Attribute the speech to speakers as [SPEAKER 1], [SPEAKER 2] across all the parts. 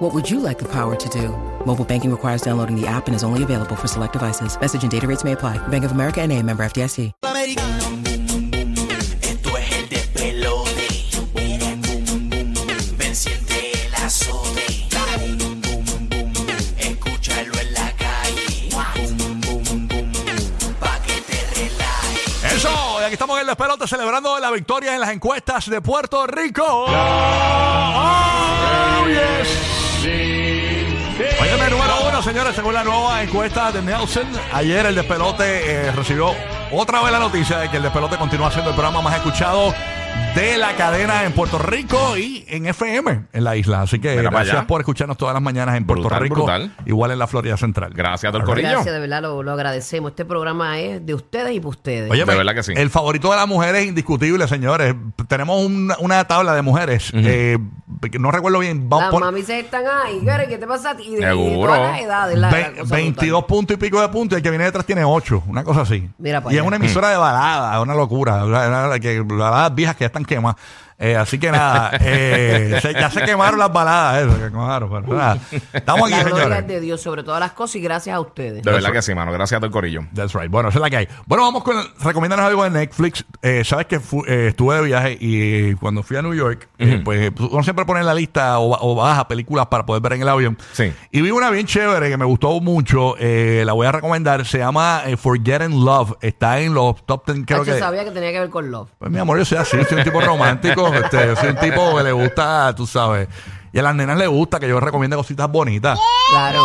[SPEAKER 1] What would you like the power to do? Mobile banking requires downloading the app and is only available for select devices. Message and data rates may apply. Bank of America and a member FDIC.
[SPEAKER 2] americano. Boom, boom, boom, boom. Esto es el despelote. Boom, boom, boom, boom, boom. Ven, siente el azote. Boom, boom, boom, boom, boom. Escúchalo en la calle. Boom, boom, boom, boom, boom. Pa' que te relajes.
[SPEAKER 3] Eso, y aquí estamos en el Despelote celebrando la victoria en las encuestas de Puerto Rico. Oh, yes. Óyeme, número uno, señores, según la nueva encuesta de Nelson, ayer el Despelote eh, recibió otra vez la noticia de que el Despelote continúa siendo el programa más escuchado de la cadena en Puerto Rico y en FM en la isla. Así que
[SPEAKER 4] Mira para
[SPEAKER 3] gracias
[SPEAKER 4] allá.
[SPEAKER 3] por escucharnos todas las mañanas en Puerto
[SPEAKER 4] Brutal,
[SPEAKER 3] Rico,
[SPEAKER 4] brutal.
[SPEAKER 3] igual en la Florida Central.
[SPEAKER 4] Gracias a todo el
[SPEAKER 3] All right.
[SPEAKER 4] corillo.
[SPEAKER 5] Gracias, de verdad, lo, lo agradecemos. Este programa es de ustedes y por ustedes.
[SPEAKER 3] Óyeme,
[SPEAKER 4] Este, De verdad que sí.
[SPEAKER 3] pues, El favorito de las mujeres es indiscutible, señores. Tenemos una, una tabla de mujeres. eh, que no recuerdo bien. va-
[SPEAKER 5] Las
[SPEAKER 3] pon-
[SPEAKER 5] mamis están ahí, Gary, ¿qué te pasa a ti? Y de, y de
[SPEAKER 4] Seguro.
[SPEAKER 5] todas las edades. la- la
[SPEAKER 3] ve-
[SPEAKER 5] cosa
[SPEAKER 3] 22
[SPEAKER 5] brutal.
[SPEAKER 3] puntos y pico de puntos. Y el que viene detrás tiene 8. Una cosa así.
[SPEAKER 5] Mira pa'
[SPEAKER 3] y es
[SPEAKER 5] allá.
[SPEAKER 3] una emisora de balada. Una locura. Una- una- una- que- baladas viejas que ya están quemadas. Eh, así que nada. eh, se- ya se quemaron las baladas. eso, que quemaron, pero nada. Estamos aquí,
[SPEAKER 5] La gloria
[SPEAKER 3] señores.
[SPEAKER 5] es de Dios sobre todas las cosas y gracias a ustedes.
[SPEAKER 4] De verdad que sí, mano. Gracias a todo el corillo.
[SPEAKER 3] That's right. Bueno, esa es la que hay. Bueno, vamos con. Recomiéndanos algo de Netflix. Eh, Sabes que fu- eh, estuve de viaje y cuando fui a New York, eh, pues uno siempre pone en la lista o, ba- o baja películas para poder ver en el avión.
[SPEAKER 4] Sí.
[SPEAKER 3] Y vi una bien chévere que me gustó mucho. eh, la voy a recomendar. Se llama eh, Forgetting Love. Está en los top 10, creo
[SPEAKER 5] Hacho,
[SPEAKER 3] que.
[SPEAKER 5] sabía que tenía que ver con Love.
[SPEAKER 3] Pues mi amor, yo soy así, soy un tipo romántico, este, yo soy un tipo que le gusta, tú sabes. Y a las nenas le gusta que yo recomiende cositas bonitas.
[SPEAKER 5] Claro.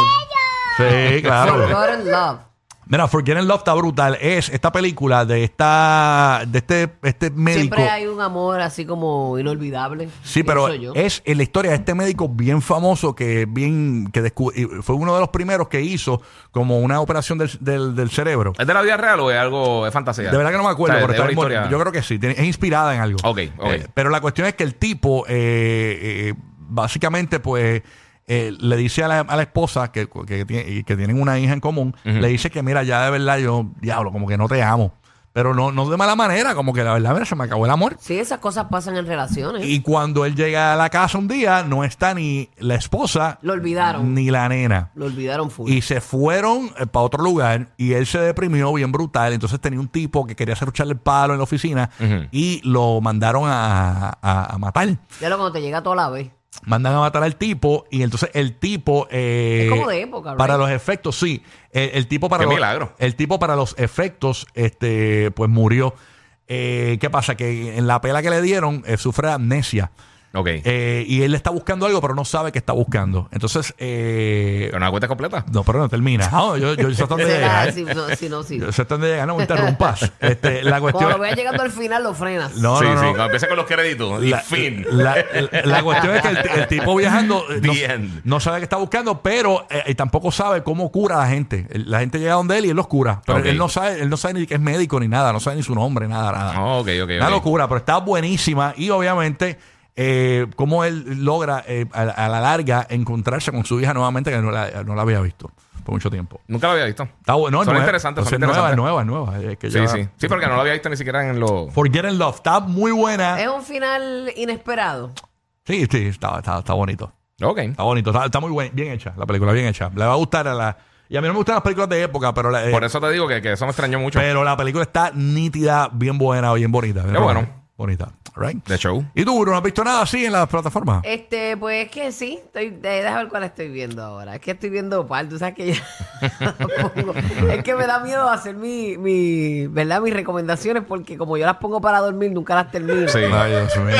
[SPEAKER 3] Sí, claro.
[SPEAKER 5] Forgotten Love.
[SPEAKER 3] Mira, Forgetting Love está brutal. Es esta película de esta de este, este médico.
[SPEAKER 5] Siempre hay un amor así como inolvidable.
[SPEAKER 3] Sí, pero
[SPEAKER 5] pienso yo.
[SPEAKER 3] es en la historia de este médico bien famoso que bien que descu- y fue uno de los primeros que hizo como una operación del, del- del cerebro.
[SPEAKER 4] ¿Es de la vida real o es algo, es fantasía?
[SPEAKER 3] De verdad que no me acuerdo,
[SPEAKER 4] O sea,
[SPEAKER 3] pero
[SPEAKER 4] es
[SPEAKER 3] está
[SPEAKER 4] una
[SPEAKER 3] bien
[SPEAKER 4] historia.
[SPEAKER 3] bonita. yo creo que sí, tiene- es inspirada en algo.
[SPEAKER 4] Ok, ok.
[SPEAKER 3] Eh, pero la cuestión es que el tipo, eh, eh, básicamente, pues, eh, le dice a la, a la esposa, que, que, tiene- y que tienen una hija en común, le dice que, mira, ya de verdad yo, diablo, como que no te amo. Pero no, no de mala manera, como que la verdad, mira, se me acabó el amor.
[SPEAKER 5] Sí, esas cosas pasan en relaciones.
[SPEAKER 3] Y cuando él llega a la casa un día, no está ni la esposa,
[SPEAKER 5] Lo olvidaron.
[SPEAKER 3] ni la nena.
[SPEAKER 5] Lo olvidaron full.
[SPEAKER 3] Mm. Y se fueron para otro lugar y él se deprimió bien brutal. Entonces tenía un tipo que quería hacer echarle el palo en la oficina y lo mandaron a, a- a matar.
[SPEAKER 5] Ya lo cuando te llega toda la vez.
[SPEAKER 3] Mandan a matar al tipo y entonces el tipo... eh,
[SPEAKER 5] Es como de época, right?
[SPEAKER 3] Para los efectos, sí. El, el tipo para
[SPEAKER 4] Qué
[SPEAKER 3] los,
[SPEAKER 4] milagro.
[SPEAKER 3] El tipo para los efectos, este, pues murió. Eh, ¿Qué pasa? Que en la pela que le dieron eh, sufre de amnesia.
[SPEAKER 4] Ok.
[SPEAKER 3] Eh, y él está buscando algo, pero no sabe qué está buscando. Entonces, eh,
[SPEAKER 4] ¿Pero no la cuenta completa?
[SPEAKER 3] no, pero no termina. Ah, yo, yo, yo sé hasta dónde
[SPEAKER 5] Será,
[SPEAKER 3] llegar.
[SPEAKER 5] si no, si no, sí.
[SPEAKER 3] Yo sé hasta dónde llegar, no me interrumpas. Este, la
[SPEAKER 5] Cuando lo
[SPEAKER 3] cuestión.
[SPEAKER 5] veas llegando al final, lo frenas.
[SPEAKER 3] No,
[SPEAKER 4] sí,
[SPEAKER 3] no, no.
[SPEAKER 4] sí. Cuando empieza con los créditos. y
[SPEAKER 3] La,
[SPEAKER 4] fin.
[SPEAKER 3] la- la- la cuestión es que el, el tipo viajando eh,
[SPEAKER 4] The
[SPEAKER 3] no,
[SPEAKER 4] end.
[SPEAKER 3] no sabe qué está buscando, pero eh, y tampoco sabe cómo cura a la gente. El- La gente llega donde él y él los cura. Pero
[SPEAKER 4] Ok.
[SPEAKER 3] él no sabe, él no sabe ni que es médico ni nada, no sabe ni su nombre, nada, nada.
[SPEAKER 4] Ah, ok, ok,
[SPEAKER 3] Una
[SPEAKER 4] ok.
[SPEAKER 3] locura, pero está buenísima y obviamente eh, cómo él logra eh, a, a la larga encontrarse con su hija nuevamente que no la, no la había visto por mucho tiempo.
[SPEAKER 4] Nunca lo había visto.
[SPEAKER 3] Está bueno,
[SPEAKER 4] Son
[SPEAKER 3] nueva-
[SPEAKER 4] interesantes,
[SPEAKER 3] o sea,
[SPEAKER 4] son interesantes.
[SPEAKER 3] Nueva, nueva, nueva. Es eh, que
[SPEAKER 4] Sí,
[SPEAKER 3] ya-
[SPEAKER 4] sí. Sí, porque no lo había visto ni siquiera en los...
[SPEAKER 3] Forget and Love, está muy buena.
[SPEAKER 5] Es un final inesperado.
[SPEAKER 3] Sí, sí, está, está, está bonito.
[SPEAKER 4] Ok.
[SPEAKER 3] Está bonito, está, está muy buen- bien hecha la película, bien hecha. Le va a gustar a la. Y a mí no me gustan las películas de época, pero la, eh,
[SPEAKER 4] Por eso te digo que, que eso me extrañó mucho.
[SPEAKER 3] pero la película está nítida, bien buena, bien bonita. Bien
[SPEAKER 4] Qué bueno.
[SPEAKER 3] bonita. Bonita. All right.
[SPEAKER 4] De show.
[SPEAKER 3] ¿Y tú, Bruno, no has visto nada así en las plataformas?
[SPEAKER 5] Este, pues es que sí, estoy, de- déjame ver cuál estoy viendo ahora. Es que estoy viendo par, tú sabes que ya pongo- Es que me da miedo hacer mi, mi, ¿verdad? Mis recomendaciones porque como yo las pongo para dormir, nunca las termino.
[SPEAKER 4] Sí.
[SPEAKER 3] Ay, Dios mío.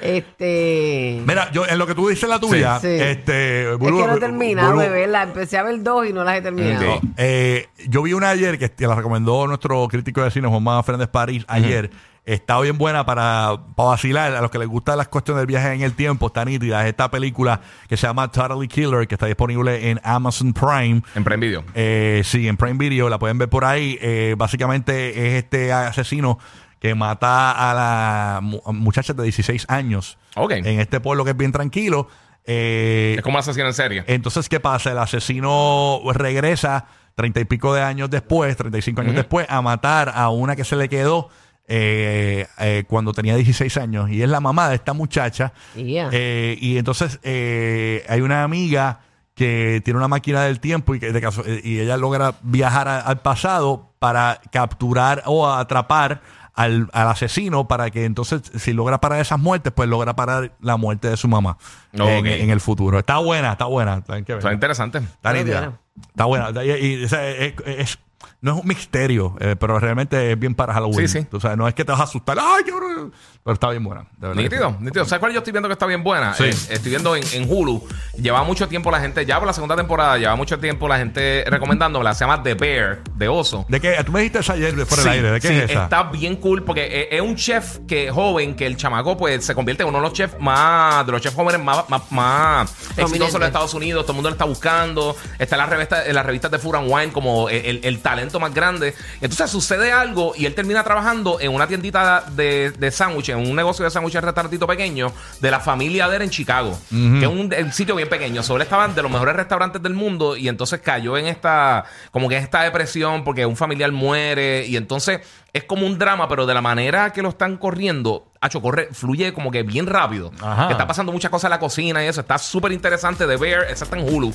[SPEAKER 5] Este.
[SPEAKER 3] Mira, yo, en lo que tú dices la tuya,
[SPEAKER 5] Sí.
[SPEAKER 3] este.
[SPEAKER 5] Es
[SPEAKER 3] Bulu-
[SPEAKER 5] que no he terminado
[SPEAKER 3] Bulu-
[SPEAKER 5] de verla. Empecé a ver dos y no las he terminado.
[SPEAKER 4] Sí.
[SPEAKER 3] Eh, yo vi una ayer que este, la recomendó nuestro crítico de cine, Juan Manuel Fernández París, ayer. Está bien buena para, para vacilar. A los que les gustan las cuestiones del viaje en el tiempo, está nítida. Es esta película que se llama Totally Killer, que está disponible en Amazon Prime.
[SPEAKER 4] En Prime Video.
[SPEAKER 3] Eh, sí, en Prime Video, la pueden ver por ahí. Eh, básicamente es este asesino que mata a la mu- a muchacha de 16 años
[SPEAKER 4] Ok.
[SPEAKER 3] en este pueblo que es bien tranquilo. Eh,
[SPEAKER 4] Es como la asesino en serie.
[SPEAKER 3] entonces, ¿qué pasa? El asesino regresa treinta y pico de años después, 35 años después, a matar a una que se le quedó eh, eh, cuando tenía 16 años. Y es la mamá de esta muchacha.
[SPEAKER 5] Yeah.
[SPEAKER 3] Eh, y entonces eh, hay una amiga que tiene una máquina del tiempo y, que de caso- eh, y ella logra viajar a- al pasado para capturar o atrapar al, al asesino para que entonces si logra parar esas muertes pues logra parar la muerte de su mamá
[SPEAKER 4] Ok.
[SPEAKER 3] en, en el futuro está buena está buena está, hay que
[SPEAKER 4] Está
[SPEAKER 3] verla.
[SPEAKER 4] interesante.
[SPEAKER 3] Está
[SPEAKER 5] Muy
[SPEAKER 3] nítida.
[SPEAKER 5] buena.
[SPEAKER 3] Está buena. Está- y- y, o sea, es- es- no es un misterio, eh, pero realmente es bien para Halloween.
[SPEAKER 4] Sí, sí.
[SPEAKER 3] O sea, no es que te vas a asustar. ¡Ay, qué horror! Pero está bien buena. de verdad.
[SPEAKER 4] Nítido, nítido. ¿Sabes cuál yo estoy viendo que está bien buena?
[SPEAKER 3] Sí.
[SPEAKER 4] Eh, estoy viendo en, en Hulu. Lleva mucho tiempo la gente, ya por la segunda temporada, lleva mucho tiempo la gente recomendándomela. Se llama The Bear, de oso.
[SPEAKER 3] ¿De qué? Tú me dijiste esa ayer fuera
[SPEAKER 4] Sí,
[SPEAKER 3] del aire. ¿De qué
[SPEAKER 4] sí,
[SPEAKER 3] es esa?
[SPEAKER 4] Está bien cool porque eh, es, un chef que joven, que el chamaco pues se convierte en uno de los chefs más, de los chefs jóvenes más, más, más exitosos de los Estados Unidos. Todo el mundo lo está buscando. Está en las revistas, en las revistas de Food and Wine como el, el- el talento más grande. Entonces sucede algo y él termina trabajando en una tiendita de, de sándwiches, en un negocio de sándwiches restaurantito pequeño de la familia de él en Chicago, que es un, un sitio bien pequeño. Sobre estaban de los mejores restaurantes del mundo y entonces cayó en esta, como que en esta depresión porque un familiar muere y entonces es como un drama, pero de la manera que lo están corriendo, Hacho, corre, fluye como que bien rápido.
[SPEAKER 3] Ajá.
[SPEAKER 4] Está pasando muchas cosas en la cocina y eso. Está súper interesante de ver. Esa está en Hulu.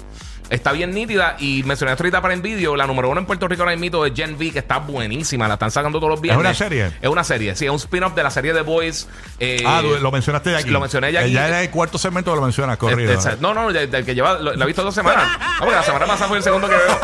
[SPEAKER 4] Está bien nítida. Y mencioné esto ahorita para Envidio. La número uno en Puerto Rico ahora mito de Gen V, que está buenísima. La están sacando todos los viernes.
[SPEAKER 3] una serie?
[SPEAKER 4] Es una serie, sí. Es un spin-off de la serie The Boys. Eh,
[SPEAKER 3] ah, tú- lo mencionaste ya
[SPEAKER 4] sí,
[SPEAKER 3] aquí.
[SPEAKER 4] lo mencioné ya
[SPEAKER 3] Eh,
[SPEAKER 4] aquí.
[SPEAKER 3] Ya en el cuarto segmento lo mencionas, corrido.
[SPEAKER 4] Este, ese- no, no, del del que lleva, lo, la he visto dos semanas. No, porque la semana pasada fue el segundo que veo.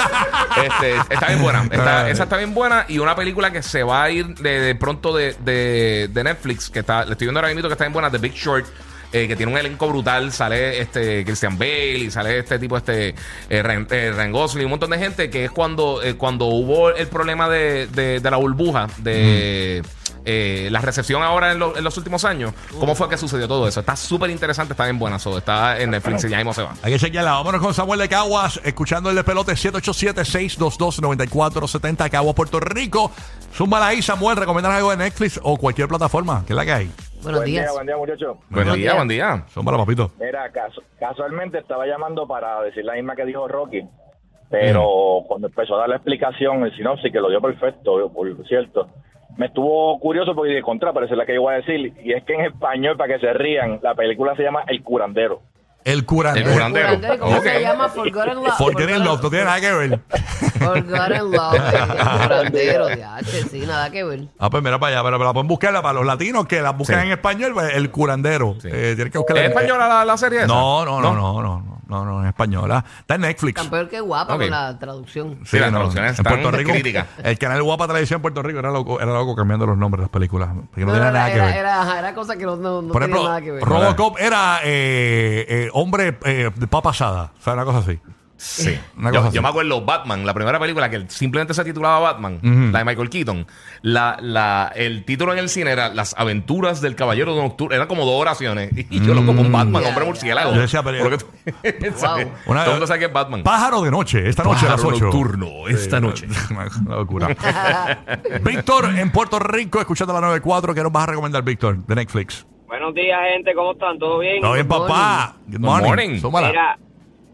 [SPEAKER 4] Este, está bien buena. Está- esa está bien buena. Y una película que se va a ir de, de pronto de, de- de Netflix, que está, le estoy viendo ahora mismo que está bien buena, The Big Short. eh, que tiene un elenco brutal, sale este Christian Bale y sale este tipo, este eh, Ren- eh, Ryan Gosling, un montón de gente, que es cuando, eh, cuando hubo el problema de, de- de la burbuja, de eh, la recepción ahora en, lo- en los últimos años, cómo fue que sucedió todo eso. Está súper interesante, está bien buena, so, está en Netflix y ya mismo se va.
[SPEAKER 3] Hay que chequearla. Vámonos con Samuel de Caguas, escuchando el despelote 787-622-9470, Caguas, Puerto Rico. Súmala ahí, Samuel. ¿Recomiendas algo de Netflix o cualquier plataforma? ¿Qué es la que hay?
[SPEAKER 5] Buenos
[SPEAKER 6] buen
[SPEAKER 5] días.
[SPEAKER 6] día, buen día, muchachos.
[SPEAKER 4] Buen día, buen día.
[SPEAKER 3] Súmala, papito.
[SPEAKER 6] Mira, casu- casualmente estaba llamando para decir la misma que dijo Rocky, pero cuando empezó a dar la explicación, el sinopsis, que lo dio perfecto, por cierto, me estuvo curioso porque de contra, parece la que yo voy a decir, y es que en español, para que se rían, la película se llama El Curandero.
[SPEAKER 3] El curandero.
[SPEAKER 4] El curandero.
[SPEAKER 5] Este ¿Cómo
[SPEAKER 4] Ok.
[SPEAKER 5] se llama? Forgotten Love.
[SPEAKER 3] Forgetting Love, no tiene nada que ver.
[SPEAKER 5] Forgotten Love. El curandero de H, sí, nada que ver.
[SPEAKER 3] Ah, pues mira para allá, pero, pero la pueden buscarla para los latinos que la buscan
[SPEAKER 4] Sí.
[SPEAKER 3] en español, pues, el curandero. Eh, tienen que buscarla
[SPEAKER 4] ¿Es
[SPEAKER 3] en-
[SPEAKER 4] española la, la serie? esa?
[SPEAKER 3] No, no, no, no, no, no, no, no, en española. Está en Netflix.
[SPEAKER 5] Tan peor que guapa
[SPEAKER 4] Ok.
[SPEAKER 5] con la traducción.
[SPEAKER 4] Sí, las traducciones
[SPEAKER 3] en Puerto
[SPEAKER 4] están
[SPEAKER 3] Rico,
[SPEAKER 4] críticas.
[SPEAKER 3] El canal Guapa Televisión en Puerto Rico era loco, era loco cambiando los nombres de las películas. Porque
[SPEAKER 5] No,
[SPEAKER 3] no, tiene
[SPEAKER 5] era,
[SPEAKER 3] nada que
[SPEAKER 5] era-
[SPEAKER 3] ver.
[SPEAKER 5] era- ajá, era cosa que no, no, no
[SPEAKER 3] Por
[SPEAKER 5] tenía
[SPEAKER 3] ejemplo,
[SPEAKER 5] nada que ver.
[SPEAKER 3] Robocop era eh, eh, hombre eh, de papa asada. O sea, una cosa así.
[SPEAKER 4] Sí.
[SPEAKER 3] Una cosa
[SPEAKER 4] Yo,
[SPEAKER 3] así.
[SPEAKER 4] yo me acuerdo Batman, la primera película que simplemente se titulaba Batman, la de Michael Keaton. La, la, el título en el cine era Las aventuras del caballero nocturno. Eran como dos oraciones. Y yo lo como un Batman,
[SPEAKER 5] Ya,
[SPEAKER 4] hombre
[SPEAKER 5] ya.
[SPEAKER 4] murciélago.
[SPEAKER 3] Yo decía, pero-
[SPEAKER 4] Porque tú-
[SPEAKER 5] Wow.
[SPEAKER 4] Todo el mundo sabe que es Batman.
[SPEAKER 3] Mm. Pájaro de noche, esta noche a
[SPEAKER 4] Pájaro
[SPEAKER 3] las 8.
[SPEAKER 4] nocturno, esta noche.
[SPEAKER 3] Una una locura. Víctor, en Puerto Rico, escuchando la 94, ¿qué nos vas a recomendar, Víctor, de Netflix?
[SPEAKER 7] Buenos días, gente. ¿Cómo están? ¿Todo bien?
[SPEAKER 3] Todo bien,
[SPEAKER 5] morning.
[SPEAKER 3] papá. Good morning.
[SPEAKER 4] morning.
[SPEAKER 3] Súmala.
[SPEAKER 7] Mira,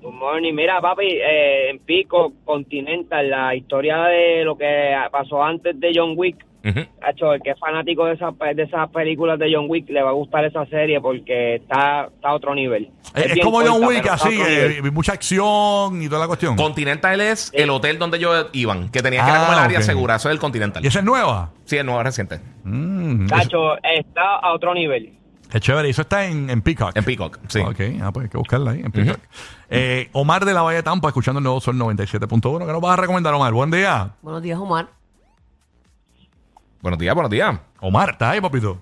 [SPEAKER 7] good morning. Mira, papi, eh, en Pico, Continental, la historia de lo que pasó antes de John Wick.
[SPEAKER 4] Ujú.
[SPEAKER 7] Hacho, el que es fanático de esas, pe- de esas películas de John Wick le va a gustar esa serie porque está, está a otro nivel.
[SPEAKER 3] Es, es
[SPEAKER 7] bien
[SPEAKER 3] como John
[SPEAKER 7] corta,
[SPEAKER 3] Wick,
[SPEAKER 7] pero está a
[SPEAKER 3] así,
[SPEAKER 7] otro
[SPEAKER 3] eh,
[SPEAKER 7] nivel.
[SPEAKER 3] mucha acción y toda la cuestión.
[SPEAKER 4] Continental es el hotel donde yo iban, que tenía que era
[SPEAKER 3] Ah,
[SPEAKER 4] como el área
[SPEAKER 3] ok.
[SPEAKER 4] segura. Eso es el Continental.
[SPEAKER 3] ¿Y esa es nueva?
[SPEAKER 4] Sí, es nuevo, es reciente.
[SPEAKER 3] Mm, es,
[SPEAKER 7] Hacho, está a otro nivel.
[SPEAKER 3] es chévere. Eso está en, en Peacock.
[SPEAKER 4] En Peacock, sí.
[SPEAKER 3] Ok, ah, pues hay que buscarla ahí, en Peacock. Eh, Omar de la Valle de Tampa, escuchando el nuevo Sol 97.1. ¿Qué nos vas a recomendar, Omar? Buen día.
[SPEAKER 5] Buenos días, Omar.
[SPEAKER 4] Buenos días, buenos días.
[SPEAKER 3] Omar, ¿estás ahí, papito?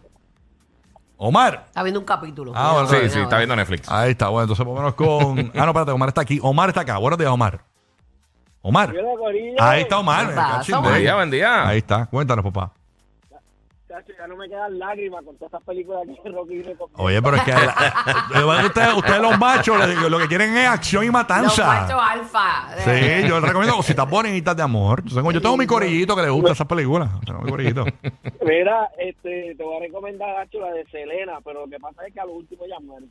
[SPEAKER 3] Omar.
[SPEAKER 5] Está viendo un capítulo.
[SPEAKER 3] Ah, bueno,
[SPEAKER 4] Sí,
[SPEAKER 3] Ahora.
[SPEAKER 4] sí, está viendo Netflix.
[SPEAKER 3] Ahí está, bueno, entonces vámonos con. Ah, no, espérate, Omar está aquí. Omar está acá. Buenos días, Omar. Omar. Ahí está Omar.
[SPEAKER 5] ¿Qué
[SPEAKER 3] me
[SPEAKER 5] pasa,
[SPEAKER 3] cachis,
[SPEAKER 5] Omar?
[SPEAKER 4] Buen
[SPEAKER 3] ahí.
[SPEAKER 4] día, buen día.
[SPEAKER 3] Ahí está, cuéntanos, papá.
[SPEAKER 7] Ya no me quedan lágrimas con todas esas películas que Rocky recomienda.
[SPEAKER 3] Oye, pero es que ustedes, ustedes los machos le- lo que quieren es acción y
[SPEAKER 5] Los
[SPEAKER 3] matanza.
[SPEAKER 5] machos alfa. Eh,
[SPEAKER 3] Sí, yo les recomiendo cositas bonitas de amor. Yo tengo, yo tengo mi corillito que le gusta esas películas. Yo Tengo mi corillito.
[SPEAKER 7] Mira, este, te voy a recomendar Nacho, la de Selena, pero lo que pasa es que a lo último ya muere.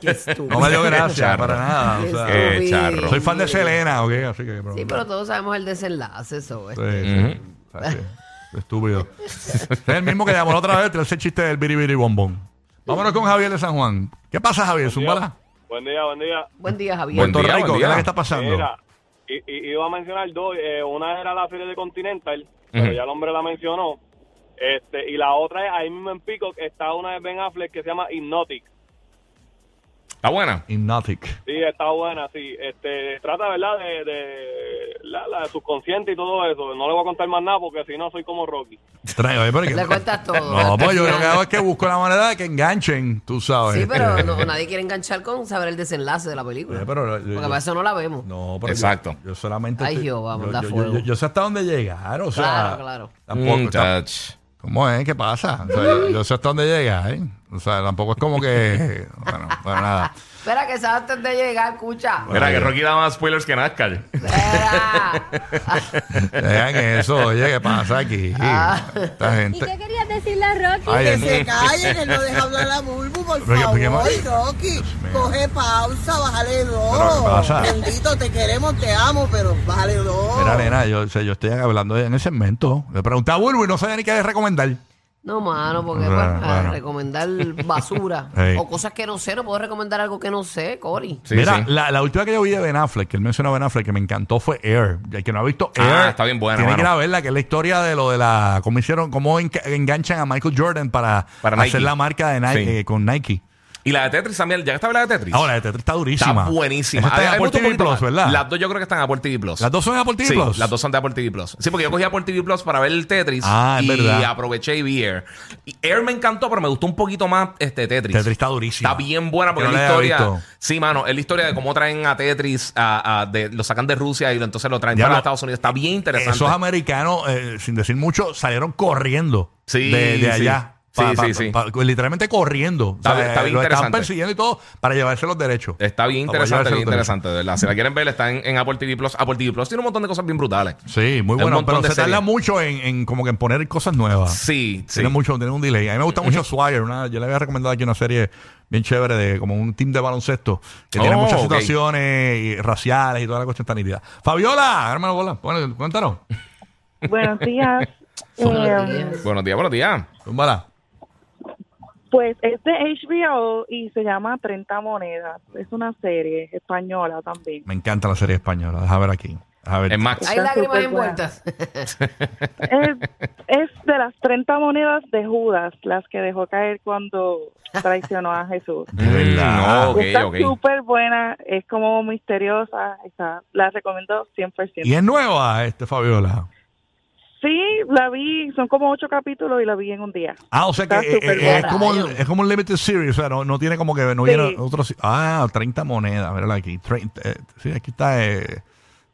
[SPEAKER 5] Qué estúpido.
[SPEAKER 3] No me dio gracia
[SPEAKER 4] Charro.
[SPEAKER 3] para nada. o
[SPEAKER 5] Qué
[SPEAKER 3] sea,
[SPEAKER 4] Eh,
[SPEAKER 5] estúpido.
[SPEAKER 4] charro.
[SPEAKER 3] soy fan de Selena, ¿ok? Así que.
[SPEAKER 5] Sí, pero todos sabemos el desenlace, eso.
[SPEAKER 3] Sí,
[SPEAKER 5] este.
[SPEAKER 3] sí. O sea, sí. Estúpido. es el mismo que llamó la otra vez, te hace el chiste del biribiri bombón. Vámonos con Javier de San Juan. ¿Qué pasa, Javier? Zúmbala.
[SPEAKER 8] Buen día, buen día.
[SPEAKER 5] Buen día, Javier.
[SPEAKER 4] Buen
[SPEAKER 3] Puerto
[SPEAKER 4] día,
[SPEAKER 3] Rico,
[SPEAKER 4] buen
[SPEAKER 3] ¿qué es
[SPEAKER 4] día.
[SPEAKER 3] lo que está pasando?
[SPEAKER 8] Mira, i- i- iba a mencionar dos. eh, una era la serie de Continental, pero
[SPEAKER 4] Ujú.
[SPEAKER 8] ya el hombre la mencionó. Este, y la otra es ahí mismo en Pico, está una de Ben Affleck que se llama Hypnotic.
[SPEAKER 4] Está buena.
[SPEAKER 3] Hypnotic.
[SPEAKER 8] Sí, está buena, sí. Este, trata, ¿verdad?, de, de la, la subconsciente y todo eso. No le voy a contar más nada porque si no soy como Rocky.
[SPEAKER 3] Trae, oye, pero que-
[SPEAKER 5] Le cuentas todo.
[SPEAKER 3] No, pues yo lo que hago es que busco la manera de que enganchen, tú sabes.
[SPEAKER 5] Sí, pero no, nadie quiere enganchar con saber el desenlace de la película.
[SPEAKER 3] Oye, pero lo-
[SPEAKER 5] Porque
[SPEAKER 3] yo-
[SPEAKER 5] para eso no la vemos.
[SPEAKER 3] No, pero
[SPEAKER 4] Exacto.
[SPEAKER 3] Yo, yo solamente.
[SPEAKER 5] Ay,
[SPEAKER 3] estoy-
[SPEAKER 5] Jehová,
[SPEAKER 3] yo-
[SPEAKER 5] manda
[SPEAKER 3] yo, yo,
[SPEAKER 5] fuego.
[SPEAKER 3] yo- yo sé hasta dónde llegar, o sea.
[SPEAKER 5] Claro, claro.
[SPEAKER 3] Tampoco.
[SPEAKER 4] Mm,
[SPEAKER 3] tam-
[SPEAKER 4] touch.
[SPEAKER 3] ¿Cómo es? ¿Qué pasa? O sea, yo, yo sé hasta dónde llegar, ¿eh? O sea, tampoco es como que. Bueno, para nada.
[SPEAKER 5] Espera, que sabes antes de llegar, escucha.
[SPEAKER 4] Mira, que Rocky da más spoilers que NASCAR.
[SPEAKER 5] Espera.
[SPEAKER 3] Vean eso, oye, ¿qué pasa aquí? Esta
[SPEAKER 9] ¿Y qué
[SPEAKER 3] gente.
[SPEAKER 9] querías decirle a Rocky?
[SPEAKER 3] Ay,
[SPEAKER 10] Ah. Que
[SPEAKER 3] ay,
[SPEAKER 10] se calle, que no deja hablar a Bulbu, por
[SPEAKER 3] Pero que-
[SPEAKER 10] favor,
[SPEAKER 3] pero que-
[SPEAKER 10] Rocky.
[SPEAKER 3] mío.
[SPEAKER 10] Coge pausa, bájale
[SPEAKER 3] Pero, ¿qué
[SPEAKER 10] dos.
[SPEAKER 3] pasa?
[SPEAKER 10] Bendito, te queremos, te amo, pero bájale dos.
[SPEAKER 3] Mira, nena, yo, o sea, yo estoy hablando en el segmento. Le pregunté a Bulbo y no sabía ni qué recomendar.
[SPEAKER 5] No, mano, porque
[SPEAKER 3] Bueno,
[SPEAKER 5] bueno, a
[SPEAKER 3] bueno.
[SPEAKER 5] recomendar basura
[SPEAKER 3] Ey.
[SPEAKER 5] o cosas que no sé, no puedo recomendar algo que no sé, Cory.
[SPEAKER 4] Sí,
[SPEAKER 3] Mira,
[SPEAKER 4] sí.
[SPEAKER 3] La, la última que yo vi de Ben Affleck, que él mencionó a Ben Affleck, que me encantó fue Air. El que no ha visto Air.
[SPEAKER 4] Ah, está bien buena,
[SPEAKER 3] Tiene que ir
[SPEAKER 4] mano.
[SPEAKER 3] a verla, que es la historia de lo de la. Cómo hicieron, cómo enca- enganchan a Michael Jordan para,
[SPEAKER 4] Para
[SPEAKER 3] hacer
[SPEAKER 4] Nike.
[SPEAKER 3] la marca de Nike
[SPEAKER 4] Sí.
[SPEAKER 3] eh, con Nike.
[SPEAKER 4] Y la de Tetris también. ¿Ya está hablando de Tetris?
[SPEAKER 3] Ahora, esta está durísima.
[SPEAKER 4] Está buenísima.
[SPEAKER 3] Esa Está en
[SPEAKER 4] Ay, me
[SPEAKER 3] Apple
[SPEAKER 4] gustó un
[SPEAKER 3] TV
[SPEAKER 4] poquito
[SPEAKER 3] Plus,
[SPEAKER 4] más.
[SPEAKER 3] ¿verdad?
[SPEAKER 4] Las dos yo creo que están en Apple TV Plus.
[SPEAKER 3] Las dos son en Apple TV
[SPEAKER 4] Sí,
[SPEAKER 3] Plus. Eh,
[SPEAKER 4] las dos son de Apple TV Plus. Sí, porque yo cogí Apple TV Plus para ver el Tetris
[SPEAKER 3] Ah, es
[SPEAKER 4] y
[SPEAKER 3] verdad.
[SPEAKER 4] aproveché y vi Air. Y Air me encantó, pero me gustó un poquito más este Tetris.
[SPEAKER 3] Tetris está durísima.
[SPEAKER 4] Está bien buena porque
[SPEAKER 3] Yo no
[SPEAKER 4] es la
[SPEAKER 3] la había
[SPEAKER 4] historia.
[SPEAKER 3] visto.
[SPEAKER 4] Sí, mano, es la historia de cómo traen a Tetris, a, a- de- lo sacan de Rusia y lo- entonces lo traen
[SPEAKER 3] Ya
[SPEAKER 4] para
[SPEAKER 3] lo-
[SPEAKER 4] Estados Unidos. Está bien interesante.
[SPEAKER 3] Esos americanos, eh, sin decir mucho, salieron corriendo
[SPEAKER 4] Sí,
[SPEAKER 3] de, de
[SPEAKER 4] sí.
[SPEAKER 3] allá.
[SPEAKER 4] Sí, sí, sí.
[SPEAKER 3] literalmente corriendo.
[SPEAKER 4] Está bien- está bien
[SPEAKER 3] lo están
[SPEAKER 4] interesante.
[SPEAKER 3] persiguiendo y todo para llevarse los derechos.
[SPEAKER 4] Está bien
[SPEAKER 3] Para
[SPEAKER 4] interesante,
[SPEAKER 3] llevarse
[SPEAKER 4] bien
[SPEAKER 3] los derechos.
[SPEAKER 4] interesante, de verdad. Si la quieren ver, está en, en Apple TV Plus. Apple TV Plus tiene un montón de cosas bien brutales.
[SPEAKER 3] Sí, muy
[SPEAKER 4] Un
[SPEAKER 3] bueno.
[SPEAKER 4] montón
[SPEAKER 3] Pero
[SPEAKER 4] de
[SPEAKER 3] se tarda
[SPEAKER 4] series.
[SPEAKER 3] mucho en, en como que en poner cosas nuevas.
[SPEAKER 4] Sí, sí.
[SPEAKER 3] Ah. Tiene mucho, tiene un delay. A mí me gusta mucho Swire. Una, yo le había recomendado aquí una serie bien chévere de como un team de baloncesto que tiene
[SPEAKER 4] Oh,
[SPEAKER 3] muchas
[SPEAKER 4] ok.
[SPEAKER 3] situaciones y raciales y toda la cuestión tan nítida. Fabiola, hermano Bola, bueno, cuéntanos.
[SPEAKER 11] Buenos días.
[SPEAKER 5] Buenos
[SPEAKER 11] Eh,
[SPEAKER 5] días.
[SPEAKER 4] Buenos días, buenos días.
[SPEAKER 3] Zúmbala.
[SPEAKER 11] pues es de HBO y se llama 30 Monedas. Es una serie española también.
[SPEAKER 3] Me encanta la serie española. Deja ver aquí. A ver.
[SPEAKER 4] En Max.
[SPEAKER 5] Hay
[SPEAKER 11] Está
[SPEAKER 5] lágrimas
[SPEAKER 11] súper
[SPEAKER 5] envueltas.
[SPEAKER 11] Es, es de las 30 monedas de Judas, las que dejó caer cuando traicionó a Jesús.
[SPEAKER 3] De verdad.
[SPEAKER 4] No, Mm, ok,
[SPEAKER 11] está
[SPEAKER 4] ok.
[SPEAKER 11] súper buena, es como misteriosa, está, la recomiendo 100%.
[SPEAKER 3] Y es nueva, este Fabiola.
[SPEAKER 11] Sí, la vi, son como ocho capítulos y la vi en un día.
[SPEAKER 3] Ah, o sea que
[SPEAKER 11] Está
[SPEAKER 3] eh,
[SPEAKER 11] súper
[SPEAKER 3] eh, es,
[SPEAKER 5] buena,
[SPEAKER 3] como, un-
[SPEAKER 5] yo.
[SPEAKER 3] es como un limited series, o sea, no, no tiene como que no
[SPEAKER 11] Sí.
[SPEAKER 3] viene otro. si- Ah, 30 monedas, mírala aquí. 30, eh, sí, aquí está eh,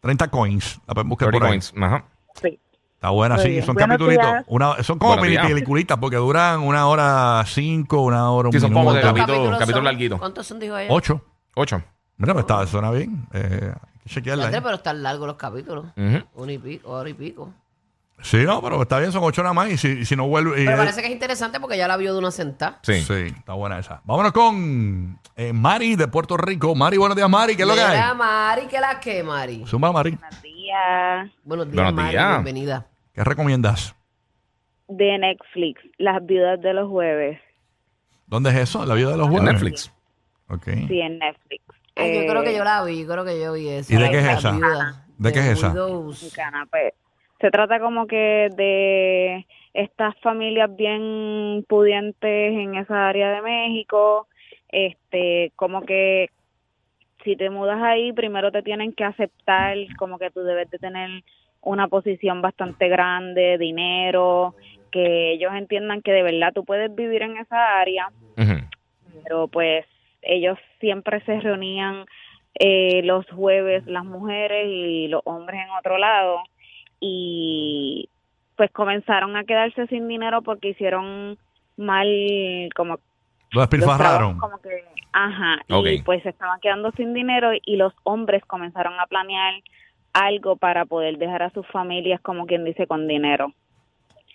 [SPEAKER 3] 30 coins. La pueden buscar
[SPEAKER 4] 30
[SPEAKER 3] por ahí.
[SPEAKER 4] coins. Ajá.
[SPEAKER 11] Sí.
[SPEAKER 3] Está buena,
[SPEAKER 11] Muy
[SPEAKER 3] sí,
[SPEAKER 11] bien.
[SPEAKER 3] son
[SPEAKER 11] Buenos
[SPEAKER 3] capitulitos.
[SPEAKER 11] días.
[SPEAKER 3] Una, son como
[SPEAKER 4] Buenos
[SPEAKER 3] mini
[SPEAKER 4] días.
[SPEAKER 3] peliculitas porque duran una hora cinco, una hora un
[SPEAKER 4] Sí, son como
[SPEAKER 3] minuto.
[SPEAKER 4] de capítulo-
[SPEAKER 5] ¿Cuántos
[SPEAKER 4] capítulo
[SPEAKER 5] son?
[SPEAKER 4] larguito.
[SPEAKER 5] ¿Cuántos son, dijo ella?
[SPEAKER 3] Ocho.
[SPEAKER 4] Ocho.
[SPEAKER 3] Mira, pues está, suena bien. Eh, hay que chequearla.
[SPEAKER 5] Andrés,
[SPEAKER 3] ¿eh?
[SPEAKER 5] pero están largos los capítulos.
[SPEAKER 4] Ujú.
[SPEAKER 5] Una y pico, hora y pico.
[SPEAKER 3] Sí, no, pero está bien, son ocho nada más. Y si, si no vuelve. y-
[SPEAKER 5] Pero parece que es interesante porque ya la vio de una sentada.
[SPEAKER 4] Sí.
[SPEAKER 3] Sí, está buena esa. Vámonos con eh, Mari de Puerto Rico. Mari, buenos días, Mari. ¿Qué es lo que
[SPEAKER 5] Mira,
[SPEAKER 3] hay?
[SPEAKER 5] Mari, que la que, Mari.
[SPEAKER 3] Zumba, Mari.
[SPEAKER 9] Buenos días.
[SPEAKER 5] Buenos días,
[SPEAKER 4] Buenos
[SPEAKER 5] Mari.
[SPEAKER 4] días.
[SPEAKER 5] Bienvenida.
[SPEAKER 3] ¿Qué recomiendas?
[SPEAKER 9] De Netflix, Las Viudas de los Jueves.
[SPEAKER 3] ¿Dónde es eso? La vida de los
[SPEAKER 4] En
[SPEAKER 3] jueves.
[SPEAKER 4] Netflix.
[SPEAKER 3] Ok.
[SPEAKER 9] Sí, en Netflix.
[SPEAKER 5] Ay, yo
[SPEAKER 9] Eh,
[SPEAKER 5] creo que yo la vi, yo creo que yo vi esa.
[SPEAKER 3] ¿Y de qué es
[SPEAKER 5] La
[SPEAKER 3] esa?
[SPEAKER 5] viuda
[SPEAKER 3] ¿De qué es esa?
[SPEAKER 5] Widows.
[SPEAKER 9] mexicana, pues, se trata como que de estas familias bien pudientes en esa área de México, este, como que si te mudas ahí, primero te tienen que aceptar como que tú debes de tener una posición bastante grande, dinero, que ellos entiendan que de verdad tú puedes vivir en esa área, pero pues ellos siempre se reunían eh, los jueves las mujeres y los hombres en otro lado y pues comenzaron a quedarse sin dinero porque hicieron mal como
[SPEAKER 3] Lo despilfarraron.
[SPEAKER 9] trabajos como que ajá y
[SPEAKER 3] Ok.
[SPEAKER 9] pues se estaban quedando sin dinero y los hombres comenzaron a planear algo para poder dejar a sus familias como quien dice con dinero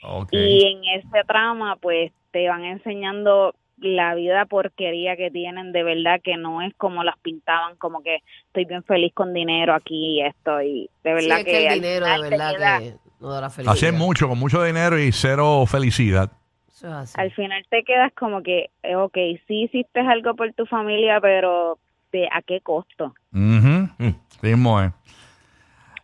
[SPEAKER 3] Ok.
[SPEAKER 9] y en ese trama, pues te van enseñando la vida porquería que tienen, de verdad que no es como las pintaban, como que estoy bien feliz con dinero aquí y esto, y de
[SPEAKER 5] Sí,
[SPEAKER 9] verdad
[SPEAKER 5] es
[SPEAKER 9] que.
[SPEAKER 5] que el
[SPEAKER 9] al
[SPEAKER 5] dinero, de
[SPEAKER 9] final te
[SPEAKER 5] verdad,
[SPEAKER 9] queda-
[SPEAKER 5] que no da la felicidad.
[SPEAKER 3] Así es mucho, con mucho dinero y cero felicidad.
[SPEAKER 9] Al final te quedas como que, eh, ok, sí hiciste algo por tu familia, pero ¿de a qué costo?
[SPEAKER 3] Ujú.
[SPEAKER 4] Mm.
[SPEAKER 3] Sí mismo es.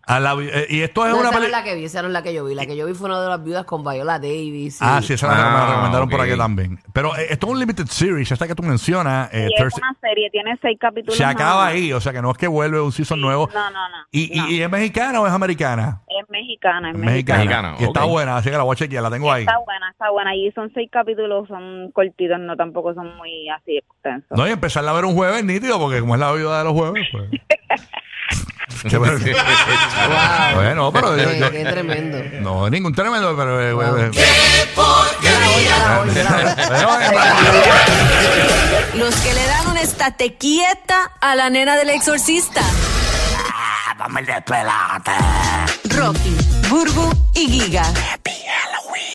[SPEAKER 3] A la vi- eh, y esto es
[SPEAKER 5] No,
[SPEAKER 3] una
[SPEAKER 5] esa no
[SPEAKER 3] película.
[SPEAKER 5] es la que vi, esa no es la que yo vi. La que yo vi fue una de las viudas con Viola Davis. y-
[SPEAKER 3] Ah, sí, esa es la que me la
[SPEAKER 4] Ah,
[SPEAKER 3] recomendaron por
[SPEAKER 4] ok.
[SPEAKER 3] aquí también. Pero eh, esto es un limited series, esta que tú mencionas. eh,
[SPEAKER 9] y es
[SPEAKER 3] Thursday-
[SPEAKER 9] una serie, tiene seis capítulos.
[SPEAKER 3] se
[SPEAKER 9] nada
[SPEAKER 3] acaba
[SPEAKER 9] más.
[SPEAKER 3] ahí, o sea que no es que vuelve un season nuevo.
[SPEAKER 9] No, no, no.
[SPEAKER 3] ¿Y, y- y es mexicana o es americana?
[SPEAKER 9] Es mexicana, es
[SPEAKER 3] Es mexicana.
[SPEAKER 4] Mexicana,
[SPEAKER 3] Y está
[SPEAKER 4] ok.
[SPEAKER 3] buena, así que la voy a chequear, la tengo ahí.
[SPEAKER 9] Está buena, está buena. Y son seis capítulos, son cortitos, no tampoco son muy así pues, extensos.
[SPEAKER 3] No, y empezarla a ver un jueves nítido, porque como es la vida de los jueves, pues. Che, pero- bueno, pero yo-
[SPEAKER 5] Qué,
[SPEAKER 3] yo-
[SPEAKER 5] qué tremendo.
[SPEAKER 3] no, ningún tremendo, pero. eh, eh,
[SPEAKER 12] Los que le dan una estate quieta a la nena del exorcista.
[SPEAKER 2] Dame el despelote.
[SPEAKER 12] Rocky, Burbu y Giga.